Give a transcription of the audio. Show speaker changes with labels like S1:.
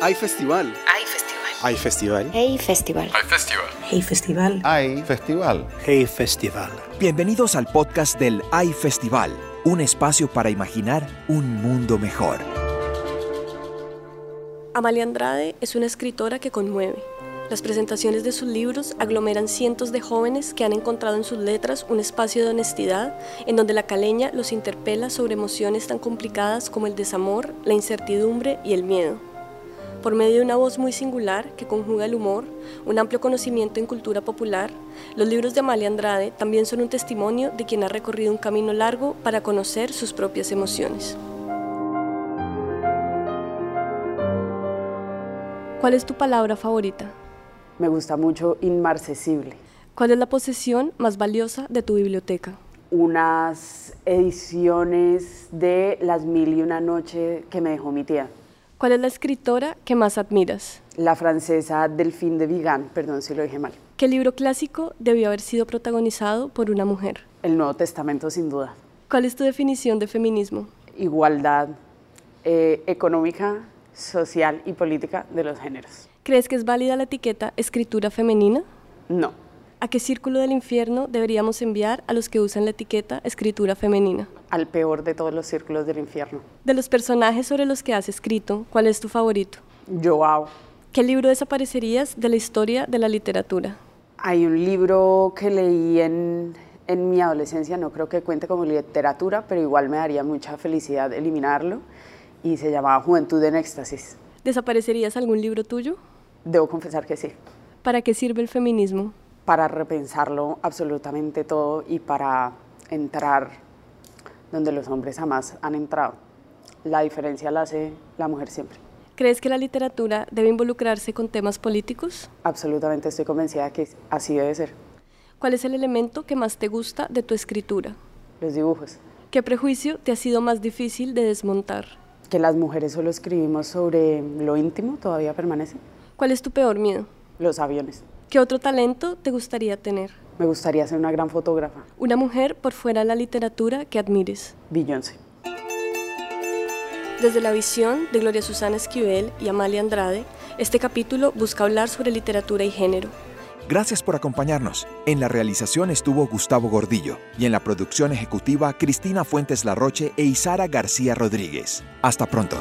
S1: Hay festival.
S2: Hay festival.
S3: Hay festival.
S4: Hey Festival.
S5: Hay festival.
S6: Hey Festival.
S7: Hay festival.
S8: Hey Festival.
S9: Bienvenidos al podcast del Hay Festival, un espacio para imaginar un mundo mejor.
S10: Amalia Andrade es una escritora que conmueve. Las presentaciones de sus libros aglomeran cientos de jóvenes que han encontrado en sus letras un espacio de honestidad en donde la caleña los interpela sobre emociones tan complicadas como el desamor, la incertidumbre y el miedo. Por medio de una voz muy singular que conjuga el humor, un amplio conocimiento en cultura popular, los libros de Amalia Andrade también son un testimonio de quien ha recorrido un camino largo para conocer sus propias emociones. ¿Cuál es tu palabra favorita?
S11: Me gusta mucho inmarcesible.
S10: ¿Cuál es la posesión más valiosa de tu biblioteca?
S11: Unas ediciones de Las Mil y una Noche que me dejó mi tía.
S10: ¿Cuál es la escritora que más admiras?
S11: La francesa Delphine de Vigan, perdón si lo dije mal.
S10: ¿Qué libro clásico debió haber sido protagonizado por una mujer?
S11: El Nuevo Testamento, sin duda.
S10: ¿Cuál es tu definición de feminismo?
S11: Igualdad eh, económica, social y política de los géneros.
S10: ¿Crees que es válida la etiqueta escritura femenina?
S11: No.
S10: ¿A qué círculo del infierno deberíamos enviar a los que usan la etiqueta escritura femenina?
S11: Al peor de todos los círculos del infierno.
S10: De los personajes sobre los que has escrito, ¿cuál es tu favorito?
S11: Joao.
S10: ¿Qué libro desaparecerías de la historia de la literatura?
S11: Hay un libro que leí en, en mi adolescencia, no creo que cuente como literatura, pero igual me daría mucha felicidad eliminarlo y se llamaba Juventud en Éxtasis.
S10: ¿Desaparecerías algún libro tuyo?
S11: Debo confesar que sí.
S10: ¿Para qué sirve el feminismo?
S11: Para repensarlo absolutamente todo y para entrar donde los hombres jamás han entrado. La diferencia la hace la mujer siempre.
S10: ¿Crees que la literatura debe involucrarse con temas políticos?
S11: Absolutamente estoy convencida que así debe ser.
S10: ¿Cuál es el elemento que más te gusta de tu escritura?
S11: Los dibujos.
S10: ¿Qué prejuicio te ha sido más difícil de desmontar?
S11: que las mujeres solo escribimos sobre lo íntimo todavía permanece.
S10: ¿Cuál es tu peor miedo?
S11: Los aviones.
S10: ¿Qué otro talento te gustaría tener?
S11: Me gustaría ser una gran fotógrafa.
S10: Una mujer por fuera de la literatura que admires.
S11: Beyoncé.
S10: Desde la visión de Gloria Susana Esquivel y Amalia Andrade, este capítulo busca hablar sobre literatura y género.
S9: Gracias por acompañarnos. En la realización estuvo Gustavo Gordillo y en la producción ejecutiva Cristina Fuentes Larroche e Isara García Rodríguez. Hasta pronto.